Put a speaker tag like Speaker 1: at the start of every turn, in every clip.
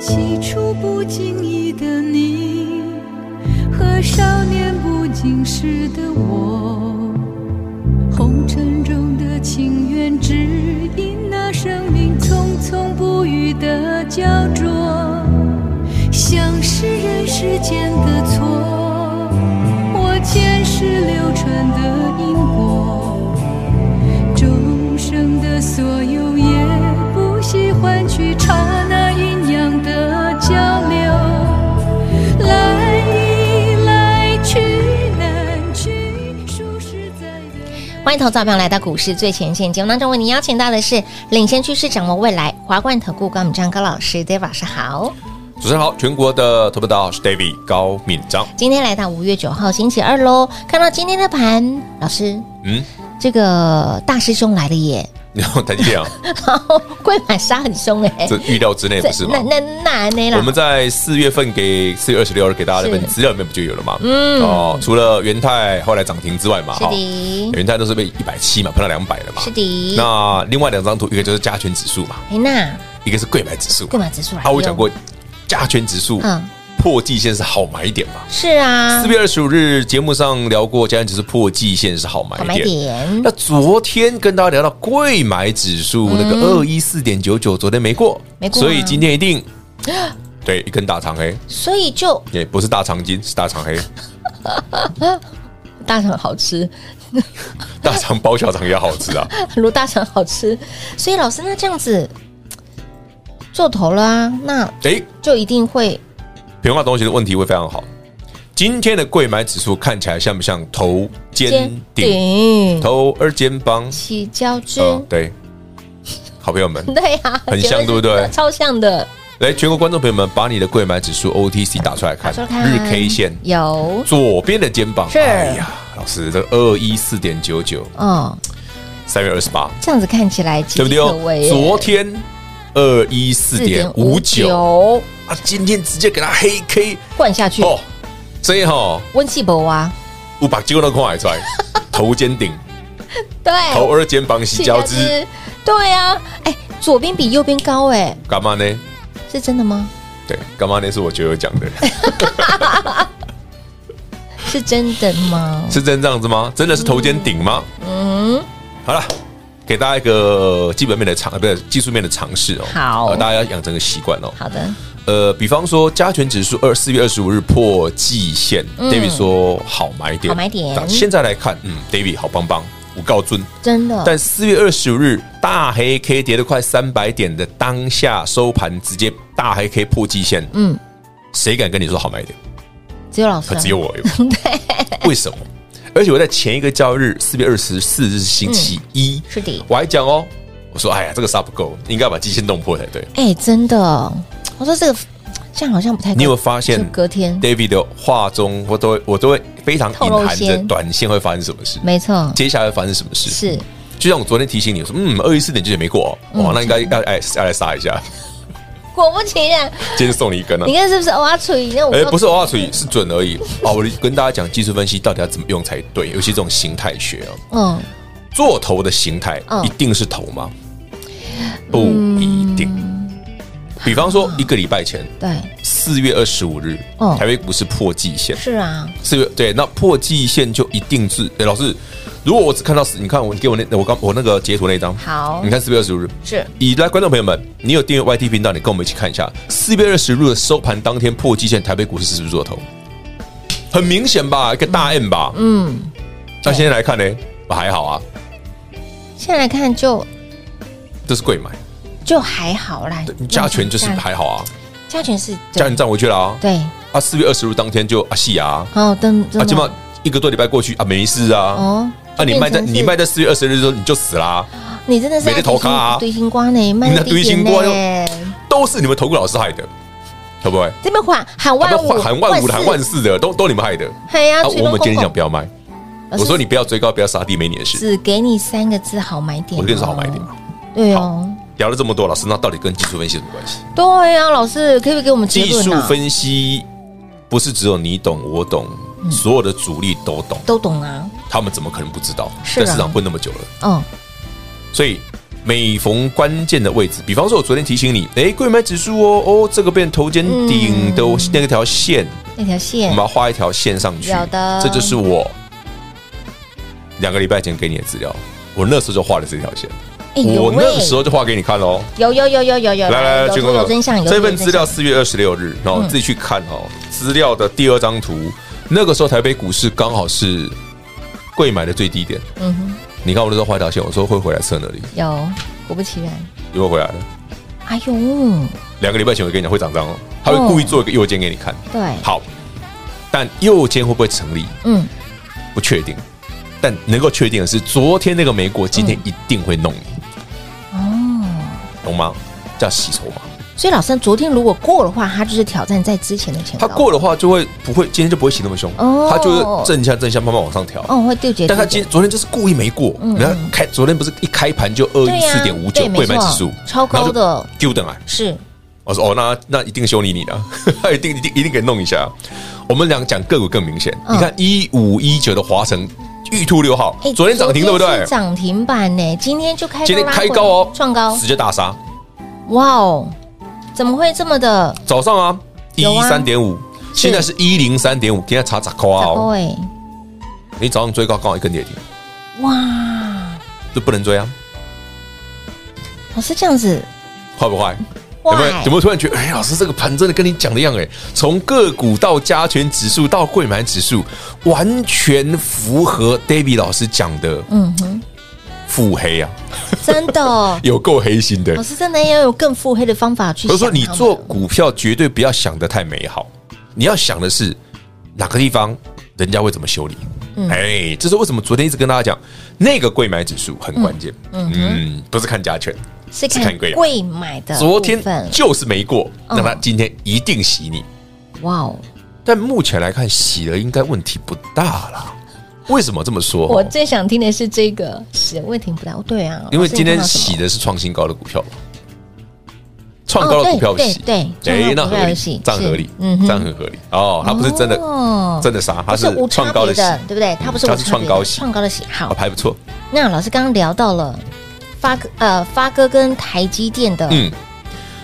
Speaker 1: 起初不经意的你，和少年不经事的我，红尘中的情缘，指引那生命匆匆不语的焦灼，像是人世间的错，我前世流传的因果，众生的所有也不惜换取刹那阴阳的交流，来易来去难去，数十载的。
Speaker 2: 欢迎投资者朋友来到股市最前线节目当中，为您邀请到的是领先趋势、掌握未来华冠投顾高敏章高老师，David 老师好。
Speaker 3: 主持人好，全国的投资大家好，我是 David 高敏章。
Speaker 2: 今天来到五月九号星期二喽，看到今天的盘，老师
Speaker 3: 嗯，
Speaker 2: 这个大师兄来了耶，
Speaker 3: 然后台积电啊，
Speaker 2: 然后贵买杀很凶哎，
Speaker 3: 这预料之内不是吗
Speaker 2: 那？那那那啦，
Speaker 3: 我们在四月份给四月二十六日给大家那份
Speaker 2: 是
Speaker 3: 资料里面不就有了吗？
Speaker 2: 嗯
Speaker 3: 哦，除了元泰后来涨停之外嘛，
Speaker 2: 是的
Speaker 3: 元泰都是被一百七嘛，碰到两百了嘛，
Speaker 2: 是的
Speaker 3: 那另外两张图，一个就是加权指数嘛，
Speaker 2: 哎那
Speaker 3: 一个是贵买指数嘛。
Speaker 2: 贵买指数来
Speaker 3: 啊，
Speaker 2: 了，
Speaker 3: 我讲过，加权指数
Speaker 2: 嗯
Speaker 3: 破季线是好买点嘛。
Speaker 2: 是啊
Speaker 3: 四，月二十五日节目上聊过，加权指数破季线是好买
Speaker 2: 好买
Speaker 3: 点。
Speaker 2: 点
Speaker 3: 那昨天跟大家聊到贵买指数那个二一四点九九，昨天没过，
Speaker 2: 嗯没过啊
Speaker 3: 所以今天一 定对一根大长黑，
Speaker 2: 所以就
Speaker 3: 也不是大长今，是大长黑，
Speaker 2: 大肠好吃，
Speaker 3: 大肠包小肠也好吃 啊。
Speaker 2: 卤大肠好吃，所以老师那这样子做头了啊，那
Speaker 3: 哎，
Speaker 2: 就一定会
Speaker 3: 平化东西的问题会非常好。今天的贵买指数看起来像不像头肩
Speaker 2: 尖
Speaker 3: 顶、
Speaker 2: 顶
Speaker 3: 头二肩膀？
Speaker 2: 起交织，，
Speaker 3: 嗯，对，好朋友们
Speaker 2: 对呀、啊，
Speaker 3: 很像
Speaker 2: 觉得是
Speaker 3: 对不对
Speaker 2: 超像的，
Speaker 3: 来全国观众朋友们，把你的贵买指数 OTC 打出来看
Speaker 2: 打出来，看
Speaker 3: 日 K 线
Speaker 2: 有，
Speaker 3: 左边的肩膀，
Speaker 2: 是
Speaker 3: 哎呀，老师，这二一四点九九，
Speaker 2: 哦，
Speaker 3: 三月二十八，
Speaker 2: 这样子看起来岌岌
Speaker 3: 对不对
Speaker 2: 可危耶
Speaker 3: 哦？昨天二一四点五九
Speaker 2: 4.59
Speaker 3: 啊，今天直接给它黑 K
Speaker 2: 灌下去，
Speaker 3: 哦，所以哈，
Speaker 2: 温气博啊，
Speaker 3: 五百九都快出 来，头肩顶，
Speaker 2: 对，
Speaker 3: 头二肩膀洗交织，，
Speaker 2: 对啊，哎，左边比右边高哎，
Speaker 3: 干嘛呢？
Speaker 2: 是真的吗？
Speaker 3: 对，干嘛呢？是我觉得有 讲的，
Speaker 2: 是真的吗？
Speaker 3: 是真这样子吗？真的是头肩顶吗？嗯，好了。给大家一个基本面的尝，呃不是技术面的尝试哦。
Speaker 2: 好
Speaker 3: 呃大家要养成个习惯哦。
Speaker 2: 好的，
Speaker 3: 呃，比方说加权指数二四月二十五日破季线、
Speaker 2: 嗯
Speaker 3: d a v i d 说好买点，
Speaker 2: 好买点嗯
Speaker 3: 那现在来看，嗯，David 好棒棒，我告尊。
Speaker 2: 真的，
Speaker 3: 但四月二十五日大黑 K 跌了快三百点的当下收盘，直接大黑 K 破季线，
Speaker 2: 嗯，
Speaker 3: 谁敢跟你说好买点？
Speaker 2: 只有老师啊，
Speaker 3: 只 有我有。为什么？而且我在前一个交易日，四月二十四日是星期一，
Speaker 2: 嗯是的，
Speaker 3: 我还讲哦，我说哎呀，这个杀不够，应该把季线弄破才对。
Speaker 2: 哎，真的，我说这个这样好像不太够，
Speaker 3: 你有没有发现
Speaker 2: 就隔天，
Speaker 3: David 的话中，我都会我都会非常
Speaker 2: 透露
Speaker 3: 隐含
Speaker 2: 一
Speaker 3: 着
Speaker 2: 些
Speaker 3: 短线会发生什么事，
Speaker 2: 没错，
Speaker 3: 接下来会发生什么事。，
Speaker 2: 是嗯
Speaker 3: 就像我昨天提醒你，我说嗯，二一四点九也没过哦，哇，那应该要哎要来杀一下，
Speaker 2: 果不其然，
Speaker 3: 今天送你一根呢啊
Speaker 2: 你。看是不是？我要处理那我
Speaker 3: 嗯哎，不是偶尔处理，是准而已。哦，我跟大家讲技术分析到底要怎么用才对，尤其这种形态学哦，
Speaker 2: 嗯，
Speaker 3: 做头的形态
Speaker 2: 嗯
Speaker 3: 一定是头吗？不一定。比方说一个礼拜前，
Speaker 2: 对，
Speaker 3: 四月二十五日
Speaker 2: 哦，
Speaker 3: 台北股市破季线，
Speaker 2: 是啊，
Speaker 3: 四月对，那破季线就一定是、诶老师，如果我只看到四，你看我你给我那我刚我那个截图那一张，
Speaker 2: 好
Speaker 3: 你看四月二十五日，
Speaker 2: 是
Speaker 3: 以来观众朋友们，你有订阅 YT 频道，你跟我们一起看一下，四月二十日的收盘当天破季线，台北股市是不是做头？很明显吧，一个大 M 吧。
Speaker 2: 嗯，
Speaker 3: 那现在来看呢，还好啊，
Speaker 2: 现在来看就
Speaker 3: 这是贵买，
Speaker 2: 就还好啦，
Speaker 3: 加权
Speaker 2: 嗯
Speaker 3: 就是还好啊，
Speaker 2: 加权是
Speaker 3: 加权站回去了啊。
Speaker 2: 对，
Speaker 3: 啊，四月二十日当天就啊戏啊，
Speaker 2: 哦，等
Speaker 3: 啊，起码一个多礼拜过去啊，没事啊。
Speaker 2: 哦，
Speaker 3: 啊，你卖在
Speaker 2: 就变成是
Speaker 3: 你卖在四月二十日的时候你就死啦、
Speaker 2: 你真的是
Speaker 3: 没得投咖啊
Speaker 2: 堆心瓜呢，卖
Speaker 3: 你
Speaker 2: 的
Speaker 3: 那堆心瓜又
Speaker 2: 呢，
Speaker 3: 都是你们投顾老师害的，会不会？
Speaker 2: 这边喊喊
Speaker 3: 他
Speaker 2: 万
Speaker 3: 们
Speaker 2: 五，
Speaker 3: 啊喊喊万五的，喊万
Speaker 2: 四，
Speaker 3: 四的，都都你们害的。
Speaker 2: 哎呀，
Speaker 3: 啊，
Speaker 2: 吹
Speaker 3: 我
Speaker 2: 风
Speaker 3: 们今天
Speaker 2: 口
Speaker 3: 讲不要卖，
Speaker 2: 老师
Speaker 3: 我说你不要追高，不要杀低，没你的事。
Speaker 2: 只给你三个字好买点，啊
Speaker 3: 我就跟你说好买一点，
Speaker 2: 对哦，
Speaker 3: 聊了这么多，老师，那到底跟技术分析有什么关系？
Speaker 2: 对呀，老师可不可以给我们结
Speaker 3: 技
Speaker 2: 论
Speaker 3: 术
Speaker 2: 啊？
Speaker 3: 分析不是只有你懂我懂，
Speaker 2: 嗯
Speaker 3: 所有的主力都懂，
Speaker 2: 都懂啊，
Speaker 3: 他们怎么可能不知道？
Speaker 2: 是啊
Speaker 3: 在市场混那么久了，
Speaker 2: 嗯，
Speaker 3: 所以每逢关键的位置，比方说我昨天提醒你，哎，贵买指数哦，哦，这个变头肩顶
Speaker 2: 嗯
Speaker 3: 的那条线，
Speaker 2: 那条
Speaker 3: 我
Speaker 2: 线
Speaker 3: 们要画一条线上去
Speaker 2: 有的，
Speaker 3: 这就是我两个礼拜前给你的资料。我那时候就画了这条线，
Speaker 2: 哎有
Speaker 3: 我那
Speaker 2: 喂
Speaker 3: 时候就画给你看喽。
Speaker 2: 有有有有有有，
Speaker 3: 来来来，
Speaker 2: 有
Speaker 3: 军
Speaker 2: 图
Speaker 3: 哥
Speaker 2: 有真相，有图
Speaker 3: 这
Speaker 2: 有
Speaker 3: 份
Speaker 2: 真
Speaker 3: 资料
Speaker 2: 相
Speaker 3: 四月二十六日，然后
Speaker 2: 嗯
Speaker 3: 自己去看哦。资料的第二张图，那个时候台北股市刚好是贵买的最低点。
Speaker 2: 嗯哼，
Speaker 3: 你看我那时候画一条线，我说会回来测那里，
Speaker 2: 有，果不其然，
Speaker 3: 有没有回来了？
Speaker 2: 哎呦，
Speaker 3: 两个礼拜前我跟你讲会涨涨哦，他会
Speaker 2: 哦
Speaker 3: 故意做一个右肩给你看。
Speaker 2: 对，
Speaker 3: 好，但右肩会不会成立？
Speaker 2: 嗯，
Speaker 3: 不确定。但能够确定的是，昨天那个美国今天
Speaker 2: 嗯
Speaker 3: 一定会弄你，
Speaker 2: 哦，
Speaker 3: 懂吗？叫洗筹码。
Speaker 2: 所以老师昨天如果过的话，他就是挑战在之前的前高，
Speaker 3: 他过的话就会不会，今天就不会洗那么凶，
Speaker 2: 哦
Speaker 3: 他就是正向正向慢慢往上调。
Speaker 2: 哦会对决，
Speaker 3: 但他
Speaker 2: 对
Speaker 3: 今
Speaker 2: 决
Speaker 3: 昨天就是故意没过，
Speaker 2: 嗯
Speaker 3: 然后开昨天不是一开盘就二
Speaker 2: 对
Speaker 3: 一
Speaker 2: 呀
Speaker 3: 四点五
Speaker 2: 对
Speaker 3: 九
Speaker 2: 没
Speaker 3: 贵买指
Speaker 2: 错
Speaker 3: 数，
Speaker 2: 超高的
Speaker 3: 然后就丢等来，
Speaker 2: 是
Speaker 3: 我说哦，那那一定修理你的， 一定一定一定给弄一下。我们俩讲个股更明显，
Speaker 2: 嗯
Speaker 3: 你看一五一九的华城玉兔六号
Speaker 2: 哎，
Speaker 3: 昨天涨停对不
Speaker 2: 昨天
Speaker 3: 对
Speaker 2: 是？涨停板呢，今天就开高
Speaker 3: 今天
Speaker 2: 拉
Speaker 3: 开
Speaker 2: 回
Speaker 3: 高哦，
Speaker 2: 创高，
Speaker 3: 直接大杀。
Speaker 2: 哇哦，怎么会这么的？
Speaker 3: 早上啊，一
Speaker 2: 有
Speaker 3: 一
Speaker 2: 啊
Speaker 3: 三点五，现在是一零三点五，今天查查扣啊
Speaker 2: 咋
Speaker 3: 哦，
Speaker 2: 会？
Speaker 3: 你早上追高刚好一根跌停，
Speaker 2: 哇，
Speaker 3: 就不能追啊，
Speaker 2: 老师这样子，
Speaker 3: 坏不坏？有没有
Speaker 2: 哇
Speaker 3: 有，没有突然觉得，哎、老师这个盘真的跟你讲的一样哎、从个股到加权指数到贵买指数，完全符合 David 老师讲的
Speaker 2: 嗯哼，
Speaker 3: 腹黑啊，，
Speaker 2: 真的哦
Speaker 3: 有够黑心的
Speaker 2: 老。师真的要有更腹黑的方法去
Speaker 3: 我
Speaker 2: 想
Speaker 3: 是
Speaker 2: 他
Speaker 3: 说，
Speaker 2: 们。
Speaker 3: 你做股票绝对不要想的太美好，你要想的是哪个地方人家会怎么修理。
Speaker 2: 嗯
Speaker 3: 哎、这是为什么昨天一直跟大家讲，那个贵买指数很关键。嗯不是看加权，
Speaker 2: 是
Speaker 3: 是看
Speaker 2: 看
Speaker 3: 贵啊
Speaker 2: 贵买的
Speaker 3: 昨天
Speaker 2: 呃部分
Speaker 3: 就是没过，
Speaker 2: 嗯
Speaker 3: 那他今天一定洗你。
Speaker 2: 哇哦，
Speaker 3: 但目前来看，洗了应该问题不大啦。为什么这么说？
Speaker 2: 我最想听的是这个，是问题不大，对啊，
Speaker 3: 因为今天
Speaker 2: 老师
Speaker 3: 洗
Speaker 2: 你看到什么
Speaker 3: 的是创新高的股票嘛，创高的股票洗，
Speaker 2: 哦对对对
Speaker 3: 哎，那
Speaker 2: 创高的股
Speaker 3: 合
Speaker 2: 票
Speaker 3: 理
Speaker 2: 洗，
Speaker 3: 这样合理
Speaker 2: 是，嗯哼
Speaker 3: 这样很合理哦。它不是真的
Speaker 2: 哦
Speaker 3: 真的杀，它
Speaker 2: 不是
Speaker 3: 是
Speaker 2: 无
Speaker 3: 创
Speaker 2: 差
Speaker 3: 高
Speaker 2: 别
Speaker 3: 的洗，
Speaker 2: 的，嗯对不对？它不是
Speaker 3: 嗯
Speaker 2: 无
Speaker 3: 它是
Speaker 2: 差别
Speaker 3: 创
Speaker 2: 的
Speaker 3: 高洗，
Speaker 2: 创高的喜
Speaker 3: 哦
Speaker 2: 好。
Speaker 3: 还不错。
Speaker 2: 那老师刚刚聊到了发哥呃发哥跟台积电的，
Speaker 3: 嗯，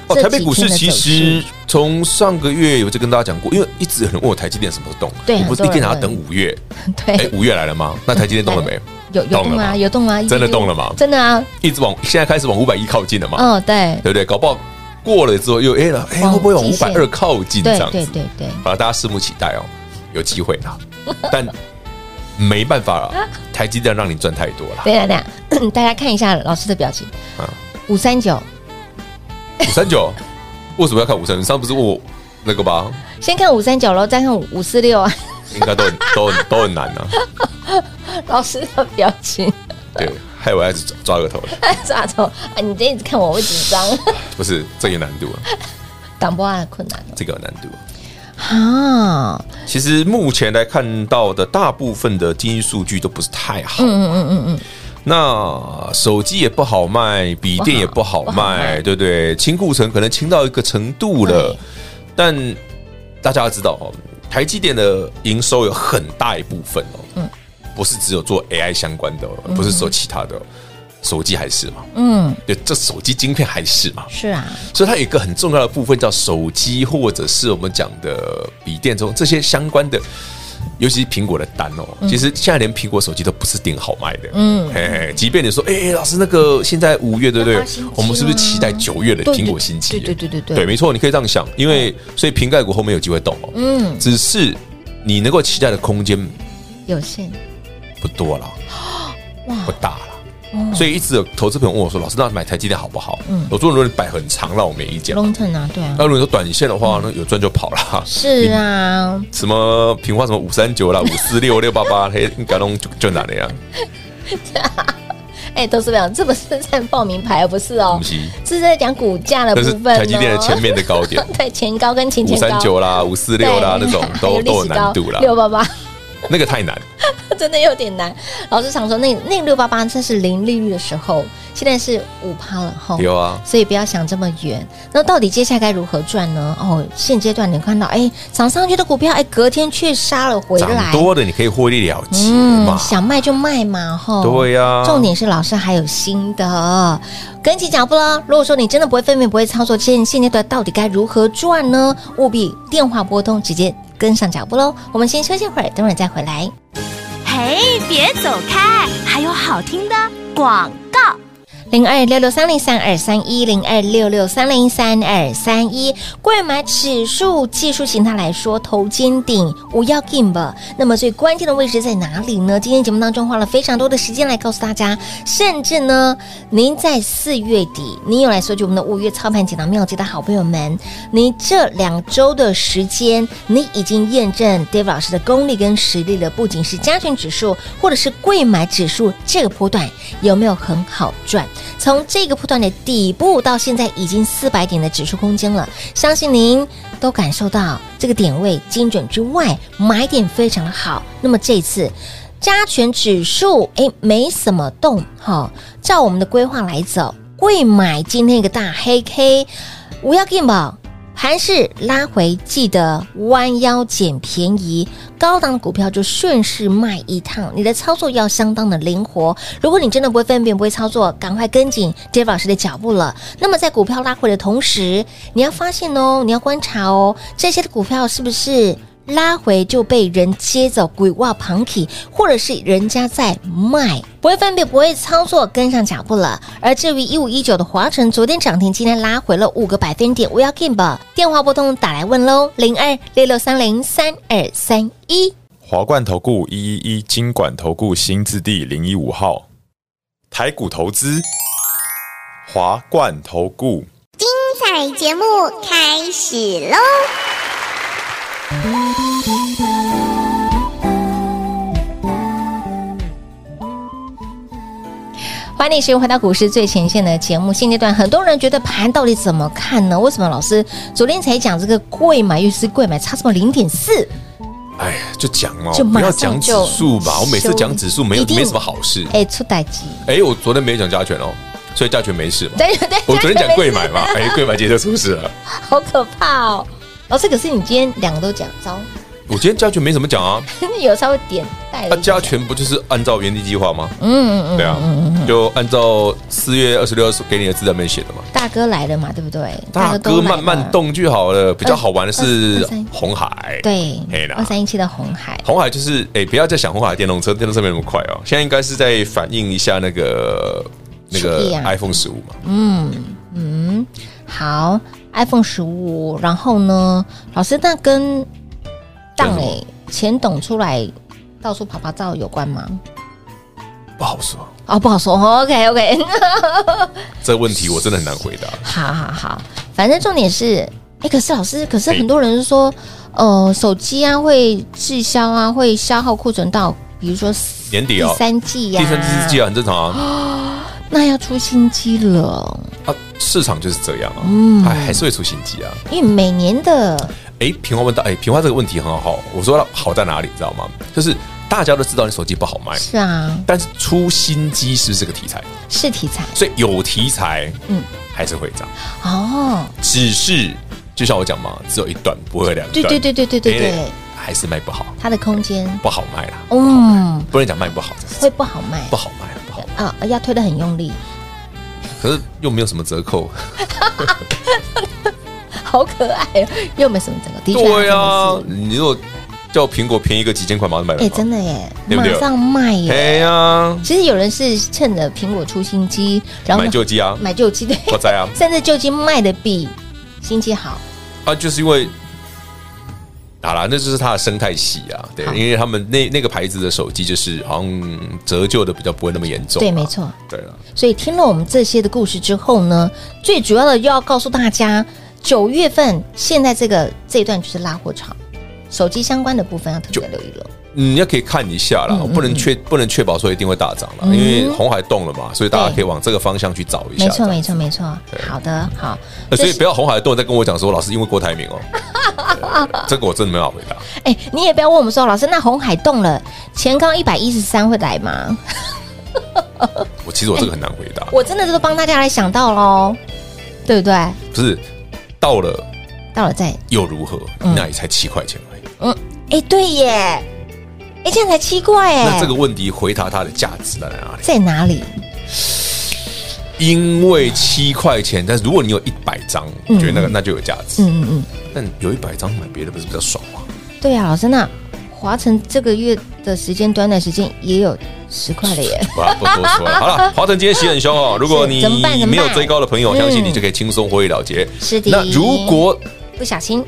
Speaker 3: 哦，
Speaker 2: 这
Speaker 3: 台北股市
Speaker 2: 几天的
Speaker 3: 其
Speaker 2: 走势
Speaker 3: 实从上个月有就跟大家讲过，因为一直有人问我台积电什么时候动，
Speaker 2: 对
Speaker 3: 我不是一
Speaker 2: 很多人
Speaker 3: 定要
Speaker 2: 问
Speaker 3: 等五月，
Speaker 2: 对，，
Speaker 3: 哎
Speaker 2: 哎
Speaker 3: 五月来了吗？那台积电动了没？
Speaker 2: 有有
Speaker 3: 动
Speaker 2: 动
Speaker 3: 了
Speaker 2: 啊，
Speaker 3: 吗
Speaker 2: 有动啊，
Speaker 3: 真的
Speaker 2: 一直就
Speaker 3: 动了吗
Speaker 2: 真的啊，
Speaker 3: 一直往现在开始往五百一靠近了嘛？
Speaker 2: 嗯，对，
Speaker 3: 对不对？搞不好过了之后又哎了，哎、
Speaker 2: 往
Speaker 3: 会不会往
Speaker 2: 极
Speaker 3: 五
Speaker 2: 限
Speaker 3: 百二靠近这
Speaker 2: 对
Speaker 3: 样子？
Speaker 2: 对对对，
Speaker 3: 好了，大家拭目期待哦，有机会 啦。但没办法了，台积电让你赚太多了。
Speaker 2: 等一下等一下，大 家看一下老师的表情
Speaker 3: 啊，
Speaker 2: 五三九，
Speaker 3: 五三九为什么要看五三？你上次不是问我那个吧？
Speaker 2: 先看五三九喽，再看五四六啊，
Speaker 3: 应该都很都很都很难啊。
Speaker 2: 老师的表情，
Speaker 3: 对，害我还是抓个头了，
Speaker 2: 咋头啊？你这一直看我会紧张，
Speaker 3: 不是这有难度啊，
Speaker 2: 挡不啊困难
Speaker 3: 这个有难度、啊。
Speaker 2: 啊，
Speaker 3: 其实目前来看到的大部分的经济数据都不是太好，
Speaker 2: 嗯嗯嗯嗯
Speaker 3: 那手机也不好卖，笔电也不好
Speaker 2: 不好卖
Speaker 3: 卖，对不对？清库存可能清到一个程度了
Speaker 2: 对，
Speaker 3: 但大家要知道哦，台积电的营收有很大一部分哦，
Speaker 2: 嗯
Speaker 3: 不是只有做 AI 相关的、哦，不是说其他的哦、手机还是嘛，
Speaker 2: 嗯嗯，
Speaker 3: 对，这手机晶片还是嘛，
Speaker 2: 是啊，
Speaker 3: 所以它有一个很重要的部分叫手机，或者是我们讲的笔电中这些相关的，尤其是苹果的单哦。其实现在连苹果手机都不是定好卖的，
Speaker 2: 嗯
Speaker 3: 嗯，哎，即便你说，哎、老师，那个现在五月对不
Speaker 2: 要
Speaker 3: 对
Speaker 2: 发新机？
Speaker 3: 我们是不是期待
Speaker 2: 啦
Speaker 3: 九月的
Speaker 2: 对
Speaker 3: 苹果新机？
Speaker 2: 对对对对对
Speaker 3: 对，没错，你可以这样想，因为所以瓶盖股后面有机会动哦，
Speaker 2: 嗯，
Speaker 3: 只是你能够期待的空间
Speaker 2: 有限，
Speaker 3: 不 多了，不大了。所以一直有投资朋友问我说：“老师，那买台积电好不好？”
Speaker 2: 哦嗯
Speaker 3: 我说：“如果你摆很长，那我没意见。”
Speaker 2: long term 啊，对啊
Speaker 3: 那，如果你说短线的话，那有赚就跑啦。
Speaker 2: 是啊，
Speaker 3: 什么平花什 么五三九啦、五四六六八八，嘿，你搞弄就就哪里啊？
Speaker 2: 哎、哎，投资朋友，这不是在报名牌，不是哦
Speaker 3: 不，是
Speaker 2: 这是在讲股价的
Speaker 3: 那嗯是
Speaker 2: 部分哦。
Speaker 3: 台积电的前面的高点，
Speaker 2: 对前高跟前
Speaker 3: 五
Speaker 2: 前高
Speaker 3: 三九啦、五四六啦 那种
Speaker 2: 还有
Speaker 3: 都
Speaker 2: 历
Speaker 3: 都有
Speaker 2: 史
Speaker 3: 难度啦
Speaker 2: 高，六八八
Speaker 3: 那个太难。
Speaker 2: 真的有点难。老师常说，那那六八八这是零利率的时候，现在是五趴了哈。
Speaker 3: 有啊，
Speaker 2: 所以不要想这么远。那到底接下来该如何赚呢？哦，现阶段你看到，哎，涨上去的股票，哎，隔天却杀了回
Speaker 3: 涨
Speaker 2: 来，嗯
Speaker 3: 多的你可以获利了结嘛，
Speaker 2: 想卖就卖嘛，吼。
Speaker 3: 对呀。
Speaker 2: 重点是老师还有新的，跟紧脚步喽。如果说你真的不会分辨、不会操作，现现阶段到底该如何赚呢？务必电话拨通，直接跟上脚步喽。我们先休息会儿，等会儿再回来。
Speaker 4: 嘿，别走开，还有好听的广告。
Speaker 2: 零二六六三零三二三一零二六六三零三二三一，贵买指数技术形态来说，头肩顶无要 g a m e 那么最关键的位置在哪里呢？今天节目当中花了非常多的时间来告诉大家，甚至呢，您在四月底，您有来索取我们的五月操盘锦囊妙计的好朋友们，您这两周的时间，你已经验证 Dave 老师的功力跟实力了，不仅是 加权指数或者是贵买指数这个波段有没有很好赚？从这个波段的底部到现在已经四百点的指数空间了，相信您都感受到这个点位精准之外，买点非常的好。那么这一次。加权指数诶没什么动哈、照我们的规划来走，贵买今天一个大黑 K，不要 g a 盘势拉回，记得弯腰捡便宜，高档的股票就顺势卖一趟。你的操作要相当的灵活。如果你真的不会分辨、不会操作，赶快跟紧 Dave 老师的脚步了。那么在股票拉回的同时，你要发现哦，你要观察哦，这些的股票是不是？拉回就被人接走，鬼话旁体，或者是人家在卖，不会分辨，不会操作，跟上脚步了。而至于一五一九的华晨，昨天涨停，今天拉回了五个百分点，我要 keep 电话拨通打来问喽，零二六六三零三二三一。
Speaker 5: 华冠投顾一一一金管投顾新字第零一五号，台股投资，华冠投顾。
Speaker 6: 彩节目开始喽！
Speaker 2: 欢迎使用回到股市最前线的节目。现阶段很多人觉得盘到底怎么看呢？为什么老师昨天才讲这个贵买又是贵买，差什么零点四？
Speaker 3: 哎，就讲哦，
Speaker 2: 就
Speaker 3: 不
Speaker 2: 马
Speaker 3: 要
Speaker 2: 上
Speaker 3: 讲指
Speaker 2: 就
Speaker 3: 数吧。我每次讲指数没有
Speaker 2: 一定
Speaker 3: 没什么好事。
Speaker 2: 哎，出代机，
Speaker 3: 哎，我昨天没有讲加权哦，所以加权没事嘛。
Speaker 2: 对对对，
Speaker 3: 我昨天讲贵 买嘛，
Speaker 2: 哎
Speaker 3: 哎，，贵买今天就出事了。
Speaker 2: 好可怕哦！老师，可是你今天两个都讲糟，
Speaker 3: 我今天加权没怎么讲啊，
Speaker 2: 有稍微点带
Speaker 3: 那
Speaker 2: 了一
Speaker 3: 啊加
Speaker 2: 下，
Speaker 3: 权不就是按照原地计划吗？
Speaker 2: 嗯嗯嗯，
Speaker 3: 对啊，就按照四月二十六给你的字上面写的嘛。
Speaker 2: 大哥来了嘛，对不对？
Speaker 3: 大
Speaker 2: 都
Speaker 3: 哥
Speaker 2: 来了
Speaker 3: 慢慢，动就好了，比较好玩的
Speaker 2: 二
Speaker 3: 是
Speaker 2: 二三
Speaker 3: 红海。，
Speaker 2: 对
Speaker 3: 嘿，啦
Speaker 2: 二三一七的红海，
Speaker 3: 红海就是哎、不要再想红海电动车，电动车没那么快哦。现在应该是在反映一下那个那
Speaker 2: 手
Speaker 3: 个
Speaker 2: 臂啊
Speaker 3: iPhone 十五嘛。
Speaker 2: 嗯，好，iPhone 十五，然后呢，老师那跟
Speaker 3: 跟什
Speaker 2: 当
Speaker 3: 么
Speaker 2: 哎钱董出来到处跑拍照有关吗？
Speaker 3: 不好说，
Speaker 2: 哦，不好说，OK OK，
Speaker 3: 这问题我真的很难回答。
Speaker 2: 好好好，反正重点是，哎，可是老师，可是很多人说，呃，手机啊会滞销啊，会消耗库存到，比如说
Speaker 3: 年底
Speaker 2: 第
Speaker 3: 哦，
Speaker 2: 三季呀、
Speaker 3: 第三、第四季啊，很正 常啊。
Speaker 2: 那要出新机了，
Speaker 3: 啊，市场就是这样啊，
Speaker 2: 嗯
Speaker 3: 它还是会出新机啊。
Speaker 2: 因为每年的
Speaker 3: 哎，平花问到，哎，平花这个问题很好，我说它好在哪里，你知道吗？就是大家都知道你手机不好卖，
Speaker 2: 是啊，
Speaker 3: 但是出新机是不是个题材？
Speaker 2: 是题材
Speaker 3: 所以有题材，
Speaker 2: 嗯
Speaker 3: 嗯，还是会涨，
Speaker 2: 哦，
Speaker 3: 只是就像我讲嘛，只有一段，不会有两段。
Speaker 2: 对对对对对对
Speaker 3: 因为
Speaker 2: 对，
Speaker 3: 还是卖不好，
Speaker 2: 它的空间，
Speaker 3: 不好卖啦，
Speaker 2: 嗯，
Speaker 3: 不能讲卖不好，这
Speaker 2: 会
Speaker 3: 是
Speaker 2: 不好卖
Speaker 3: 不好卖，不好卖，
Speaker 2: 啊，要推的很用力，
Speaker 3: 可是又没有什么折扣。
Speaker 2: 好可爱哦，又没什么整个，的确
Speaker 3: 对
Speaker 2: 它
Speaker 3: 啊呀
Speaker 2: 真的，是
Speaker 3: 你如果叫苹果便宜个几千块，马上买得
Speaker 2: 哎，
Speaker 3: 到。
Speaker 2: 真的耶，
Speaker 3: 对不
Speaker 2: 马
Speaker 3: 对
Speaker 2: 上卖耶。
Speaker 3: 哎呀，
Speaker 2: 其实有人是趁着苹果出新机，然后
Speaker 3: 买旧机啊，
Speaker 2: 买旧机的，
Speaker 3: 我在啊，
Speaker 2: 甚至旧机卖的比新机好。
Speaker 3: 啊，就是因为。好啦，那就是它的生态系啊，对
Speaker 2: 好，
Speaker 3: 因为他们那那个牌子的手机就是好像折旧的比较不会那么严重、啊
Speaker 2: 对，没，错。
Speaker 3: 对了，
Speaker 2: 所以听了我们这些的故事之后呢，最主要的又要告诉大家，九月份现在这个这一段就是拉货潮，手机相关的部分要特别留意了。
Speaker 3: 你嗯要可以看一下
Speaker 2: 嗯
Speaker 3: 啦，我不能确不能确保说一定会大涨啦，因为红海动了嘛，所以大家可以往这个方向去找一下。
Speaker 2: 没错，没
Speaker 3: 错。
Speaker 2: 错，没错。好的，好，
Speaker 3: 呃所以
Speaker 2: 这是
Speaker 3: 不要红海动了再跟我讲说，老师因为郭台铭哦，呃这个我真的没办法回答。
Speaker 2: 哎、你也不要问我们说，老师，那红海动了，前高一百一十三会来吗？
Speaker 3: 我其实我这个很难回答，
Speaker 2: 我真的都帮大家来想到喽，对不对？
Speaker 3: 不是到了
Speaker 2: 到了再，哎、
Speaker 3: 又如何？
Speaker 2: 嗯
Speaker 3: 那也才七块钱而已。
Speaker 2: 对耶，哎、这样才奇怪哎，
Speaker 3: 那这个问题回答它的价值在哪里？
Speaker 2: 在哪里？
Speaker 3: 因为七块钱，但是如果你有一百张，我觉得那个那就有价值。
Speaker 2: 嗯嗯嗯，
Speaker 3: 但有一百张买别的不是比较爽吗？
Speaker 2: 对呀、老师，那华晨这个月的时间，短短时间也有十块了耶。
Speaker 3: 不不多说了。好了，华晨今天洗很凶哦。如果
Speaker 2: 是
Speaker 3: 你
Speaker 2: 怎么办怎么办
Speaker 3: 没有追高的朋友，
Speaker 2: 嗯
Speaker 3: 相信你就可以轻松获利了结。
Speaker 2: 是的
Speaker 3: 那如果
Speaker 2: 不小心，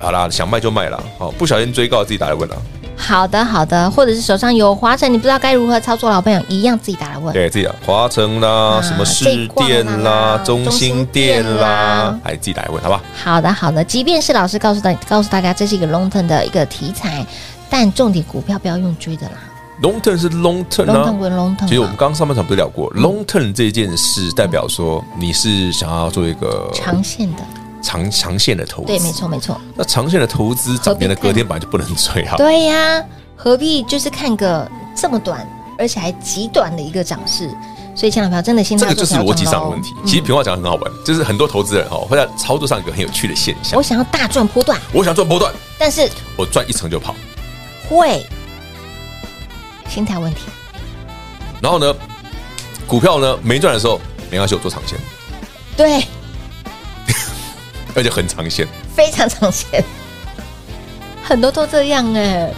Speaker 3: 好啦，想卖就卖啦。好，不小心追高自己打来问啦。
Speaker 2: 好的好的，或者是手上有华晨，你不知道该如何操作，老朋友一样自己打来问。
Speaker 3: 对，自己啊，华晨啦，
Speaker 2: 啊
Speaker 3: 什么市
Speaker 2: 这一
Speaker 3: 电
Speaker 2: 挂啦
Speaker 3: 啦，中心店
Speaker 2: 中心店啦
Speaker 3: 啦，还自己打来问，好吧？
Speaker 2: 好的，好的。即便是老师告诉大告诉大家这是一个 long term 的一个题材，但重点股票不要用追的啦。
Speaker 3: long term 是 long term
Speaker 2: long term
Speaker 3: 啊。
Speaker 2: 归 long term，
Speaker 3: 其实我们刚刚上半场不是聊过
Speaker 2: 嗯
Speaker 3: long term 这件事，代表说你是想要做一个
Speaker 2: 长线的，
Speaker 3: 长长线的投资。
Speaker 2: 对，没。错，没错，
Speaker 3: 那长线的投资涨跌的隔天本来就不能追啊。
Speaker 2: 对呀、何必就是看个这么短，而且还极短的一个涨势？所以，亲爱的朋友，真的心态
Speaker 3: 这个就是
Speaker 2: 要做调
Speaker 3: 逻
Speaker 2: 整
Speaker 3: 辑上的
Speaker 2: 咯
Speaker 3: 问题。
Speaker 2: 嗯
Speaker 3: 其实平话讲得很好玩，就是很多投资人哦，会在操作上有一个很有趣的现象
Speaker 2: 我。想要大赚波段，
Speaker 3: 我想赚波段，
Speaker 2: 但是
Speaker 3: 我赚一层就跑。
Speaker 2: 会心态问题。
Speaker 3: 然后呢，股票呢没赚的时候没关系，我做长线，
Speaker 2: 对，
Speaker 3: 而且很长线，
Speaker 2: 非常常见，很多都这样哎、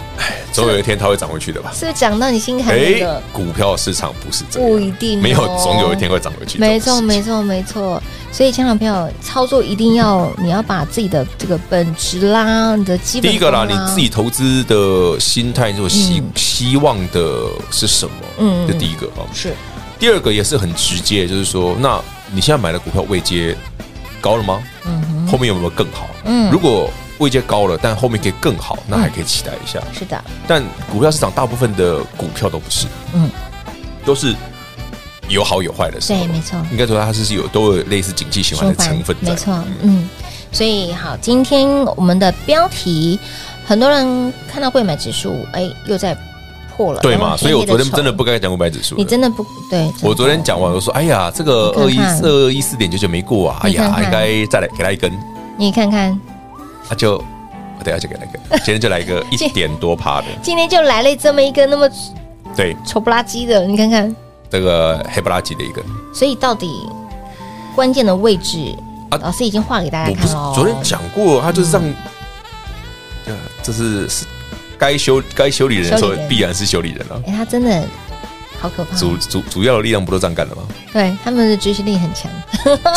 Speaker 3: 总有一天它会涨回去的吧？
Speaker 2: 是不是讲到你心坎里
Speaker 3: 哎
Speaker 2: 了？，
Speaker 3: 股票市场不是这样，
Speaker 2: 不一定哦
Speaker 3: 没有，总有一天会涨回去。
Speaker 2: 没错，没
Speaker 3: 错。
Speaker 2: 错，没错。所以，亲爱的朋友，操作一定要你要把自己的这个本质啦，你的基本
Speaker 3: 第一个啦，
Speaker 2: 功
Speaker 3: 你自己投资的心态，就希
Speaker 2: 嗯
Speaker 3: 希望的是什么？
Speaker 2: 嗯
Speaker 3: 嗯，这第一个哦。
Speaker 2: 是
Speaker 3: 第二个也是很直接，就是说，那你现在买的股票位阶高了吗？后面有没有更好？
Speaker 2: 嗯
Speaker 3: 如果位阶高了，但后面可以更好，那还可以期待一下。
Speaker 2: 是的，
Speaker 3: 但股票市场大部分的股票都不是，
Speaker 2: 嗯
Speaker 3: 嗯，都是有好有坏的时候
Speaker 2: 对，。没错，
Speaker 3: 应该说它是有都有类似景气循环
Speaker 2: 说
Speaker 3: 的成分在。
Speaker 2: 没错，嗯。所以好，今天我们的标题，很多人看到贵买指数，哎，又在破了，哎
Speaker 3: 对
Speaker 2: 然后
Speaker 3: 嘛？
Speaker 2: 黑
Speaker 3: 所以我
Speaker 2: 黑
Speaker 3: 昨天
Speaker 2: 丑
Speaker 3: 真的不，该讲五百指数
Speaker 2: 你
Speaker 3: 的。
Speaker 2: 真的不对，真的
Speaker 3: 我昨天讲完，我说：“哎呀，这个二
Speaker 2: 你
Speaker 3: 一
Speaker 2: 看看
Speaker 3: 二一四点九九没过啊！哎
Speaker 2: 你看
Speaker 3: 呀，
Speaker 2: 看
Speaker 3: 应该再来给他一根。”
Speaker 2: 你看看，
Speaker 3: 那就我等一下就给 来一个，今天就来一个一点多趴的，
Speaker 2: 今天就来了这么一个那么
Speaker 3: 对，
Speaker 2: 丑不拉几的，你看看，
Speaker 3: 这个黑不拉几的一个。
Speaker 2: 所以到底关键的位置，
Speaker 3: 啊
Speaker 2: 老师已经画给大家
Speaker 3: 我不
Speaker 2: 看
Speaker 3: 是
Speaker 2: 了。哦
Speaker 3: 昨天，讲过，他就是让，
Speaker 2: 嗯
Speaker 3: 呃这是是该修该修理人的时
Speaker 2: 修
Speaker 3: 候
Speaker 2: 理人，
Speaker 3: 必然是修理人了。
Speaker 2: 哎、他真的好可怕，
Speaker 3: 主主主要的力量不都这样干 的吗？
Speaker 2: 对他们的执行力很强，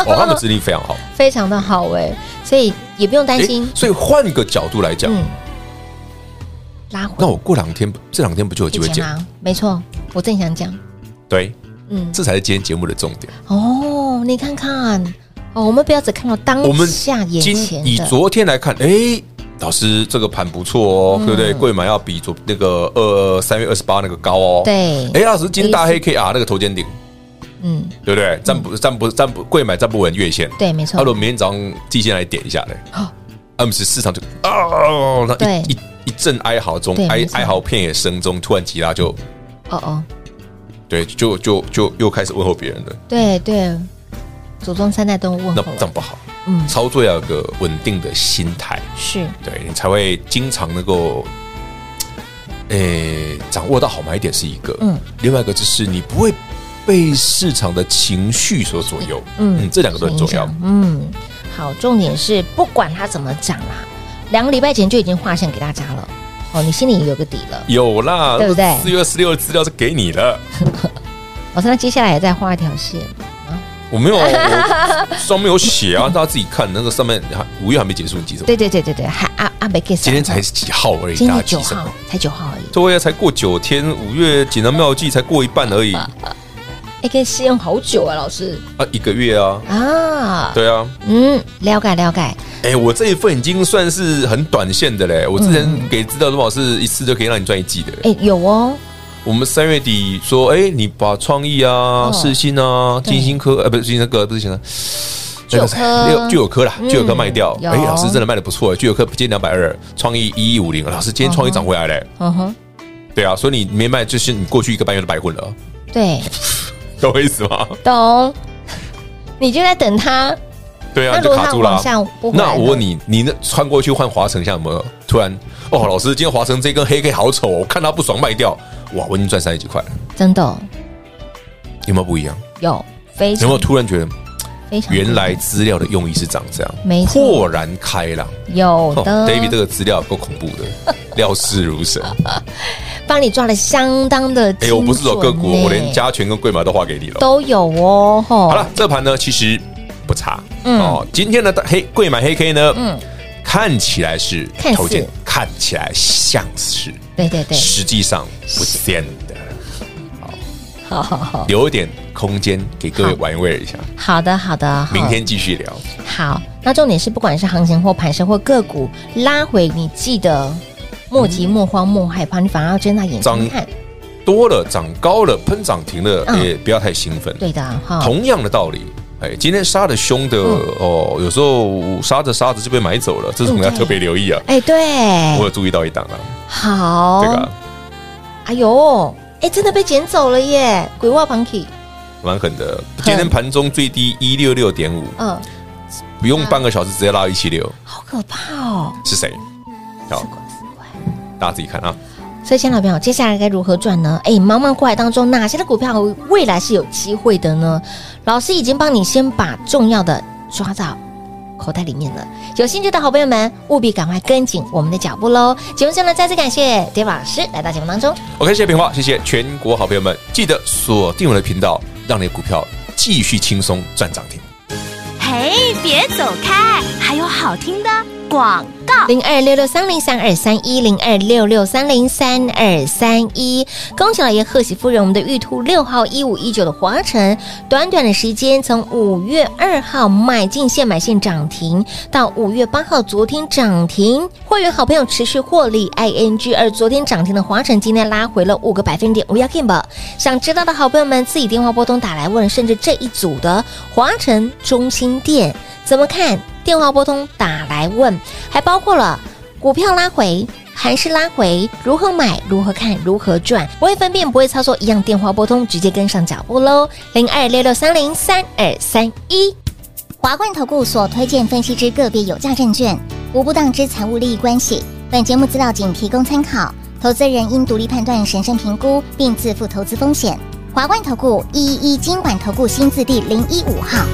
Speaker 3: 哦，他们执行非常好。
Speaker 2: 非常的好哎、所以也不用担
Speaker 3: 诶
Speaker 2: 心。
Speaker 3: 所以换个角度来讲，
Speaker 2: 嗯，拉回
Speaker 3: 那我过两天这两天不就有机会
Speaker 2: 以前
Speaker 3: 见？
Speaker 2: 啊，没错，我正想讲，
Speaker 3: 对，
Speaker 2: 嗯，
Speaker 3: 这才是今天节目的重点。
Speaker 2: 哦，你看看，哦，我们不要只看到当
Speaker 3: 我们
Speaker 2: 下眼
Speaker 3: 今
Speaker 2: 前
Speaker 3: 以
Speaker 2: 的，
Speaker 3: 昨天来看，哎，老师这个盘不错
Speaker 2: 嗯
Speaker 3: 哦，对不对？贵买要比昨那个二三月二十八那个高哦。
Speaker 2: 对，
Speaker 3: 哎，老师今天大黑 K R 那个头肩顶，
Speaker 2: 嗯，
Speaker 3: 对不对？站不站不站不贵买站不稳月线，
Speaker 2: 对，没
Speaker 3: 他
Speaker 2: 错
Speaker 3: 如，果明天早上季线来点一下嘞
Speaker 2: 哦
Speaker 3: ，M 十市场就啊，那
Speaker 2: 对
Speaker 3: 一一一阵哀嚎中
Speaker 2: 对，没
Speaker 3: 哀
Speaker 2: 错
Speaker 3: 哀嚎遍野声中，突然吉拉就
Speaker 2: 哦哦，
Speaker 3: 对，就就就又开始问候别人了，
Speaker 2: 对对，祖宗三代都问
Speaker 3: 那
Speaker 2: 候
Speaker 3: 这样
Speaker 2: 了，
Speaker 3: 不好。
Speaker 2: 嗯，
Speaker 3: 操作要有个稳定的心态，
Speaker 2: 是，
Speaker 3: 对你才会经常能够，诶，掌握到好买点是一个，
Speaker 2: 嗯，
Speaker 3: 另外一个就是你不会被市场的情绪所左右，
Speaker 2: 嗯
Speaker 3: 这两个都很重要
Speaker 2: 影响。嗯，好，重点是不管它怎么涨啦，两个礼拜前就已经画线给大家了，哦，你心里有个底了。
Speaker 3: 有啦，
Speaker 2: 对不对
Speaker 3: 四月二十六的资料是给你了，
Speaker 2: 老师，那接下来也再画一条线，
Speaker 3: 我没有，我上面有写啊，大家自己看那个上面还五月还没结束，你急什么？
Speaker 2: 对对对对对，还啊阿阿北 kiss，
Speaker 3: 今天才几号而已，
Speaker 2: 今
Speaker 3: 大
Speaker 2: 天
Speaker 3: 家
Speaker 2: 九
Speaker 3: 急什
Speaker 2: 号
Speaker 3: 么？，
Speaker 2: 才九号而已。
Speaker 3: 对呀，才过九天，五月锦囊妙计才过一半而已，
Speaker 2: 哎，可以试用好久啊，老师
Speaker 3: 啊，一个月啊，
Speaker 2: 啊，
Speaker 3: 对啊，
Speaker 2: 嗯，了解了解，
Speaker 3: 哎、我这一份已经算是很短线的嘞。我之前给指导多老师一次就可以让你赚一季的嘞。
Speaker 2: 嗯哎，有哦，
Speaker 3: 我们三月底说，哎、你把创意啊、世新啊、
Speaker 2: 哦对
Speaker 3: 金星科，呃，不是金星科，不是金星科。
Speaker 2: 聚友科
Speaker 3: 那个聚友科啦，
Speaker 2: 嗯
Speaker 3: 聚友科卖掉，
Speaker 2: 有
Speaker 3: 哎，老师真的卖的不错，聚友科今天两百二，创意一一五零，老师今天创意涨回来嘞，
Speaker 2: 嗯哼，
Speaker 3: 对啊，所以你没卖就是你过去一个半月都白混了，
Speaker 2: 对，
Speaker 3: 懂我意思吗？
Speaker 2: 懂。你就在等他，
Speaker 3: 对啊，
Speaker 2: 那
Speaker 3: 你就
Speaker 2: 如果
Speaker 3: 卡
Speaker 2: 它
Speaker 3: 住了
Speaker 2: 往
Speaker 3: 啊。
Speaker 2: 下不回来
Speaker 3: 那
Speaker 2: 呢
Speaker 3: 我问你，你那穿过去换华晨，像有没有？突然，哦，老师，今天华晨这根黑 K 好丑哦，我看他不爽卖掉，哇，我已经赚三十几块了，
Speaker 2: 真的哦
Speaker 3: 有没有不一样？
Speaker 2: 有非
Speaker 3: 有
Speaker 2: 常
Speaker 3: 没有突然觉得
Speaker 2: 非常
Speaker 3: 原来资料的用意是长这样？
Speaker 2: 没错
Speaker 3: 豁然开朗。
Speaker 2: 有
Speaker 3: 哦
Speaker 2: 的
Speaker 3: ，David 这个资料够恐怖 的，料事如神。
Speaker 2: 帮你抓了相当的精准欸
Speaker 3: 哎，
Speaker 2: 呢，
Speaker 3: 我不是走个股，我连加权跟贵买都画给你了。
Speaker 2: 都有哦，吼，
Speaker 3: 好了，这盘呢其实不差。
Speaker 2: 嗯
Speaker 3: 哦，今天的大黑贵买黑 K 呢，
Speaker 2: 嗯
Speaker 3: 看起来是
Speaker 2: 看似
Speaker 3: 头肩，看起来像是。
Speaker 2: 对对对，
Speaker 3: 实际上不见的，
Speaker 2: 好好好，
Speaker 3: 留一点空间给各位玩味一下。
Speaker 2: 好的好的，好
Speaker 3: 明天继续聊，
Speaker 2: 好，那重点是，不管是行情或盘势或个股拉回，你记得莫急莫慌莫害怕，你反而要睁大眼
Speaker 3: 张
Speaker 2: 睛看。
Speaker 3: 多了涨高了，喷涨停了，
Speaker 2: 嗯
Speaker 3: 也不要太兴奋。
Speaker 2: 对的嗯哈，
Speaker 3: 同样的道理，哎，今天杀的凶的
Speaker 2: 嗯
Speaker 3: 哦，有时候杀着杀着就被买走了，这是我们要
Speaker 2: 嗯对
Speaker 3: 特别留意啊。
Speaker 2: 哎
Speaker 3: 我
Speaker 2: 对，哦
Speaker 3: 有注意到一档啊，
Speaker 2: 好，
Speaker 3: 这个啊
Speaker 2: 哎呦，哎真的被捡走了耶，鬼话 Punky，
Speaker 3: 蛮狠的，今天盘中最低一六六点五，
Speaker 2: 嗯，
Speaker 3: 不用半个小时直接拉到一七六，
Speaker 2: 好可怕哦，
Speaker 3: 是谁？好，大家自己看啊。
Speaker 2: 所以，亲爱的朋友，接下来该如何赚呢？哎，茫茫股海当中，哪些的股票未来是有机会的呢？老师已经帮你先把重要的抓到口袋里面了。有兴趣的好朋友们，务必赶快跟紧我们的脚步喽！节目最后呢，再次感谢 David 老师来到节目当中。
Speaker 3: OK，谢谢平花，谢谢全国好朋友们，记得锁定我的频道，让你的股票继续轻松赚涨停。
Speaker 4: 嘿，别走开，还有好听的广告。
Speaker 2: 零二六六三零三二三一零二六六三零三二三一。恭喜老爷，贺喜夫人，我们的玉兔六号一五一九的华晨，短短的时间，从五月二号买进现买现涨停，到五月八号昨天涨停，会员好朋友持续获利，ING 而昨天涨停的华晨今天拉回了五个百分点，我要 game 吧。想知道的好朋友们自己电话拨通打来问，甚至这一组的华晨中心店怎么看？电话拨通打来问，还包括了股票拉回。还是拉回，如何买，如何看，如何赚，不会分辨，不会操作，一样电话拨通，直接跟上脚步喽，零二六六三零三二三一。
Speaker 6: 华冠投顾所推荐分析之个别有价证券，无不当之财务利益关系。本节目资料仅提供参考，投资人应独立判断、审慎评估，并自负投资风险。华冠投顾一一一金管投顾新字第零一五号。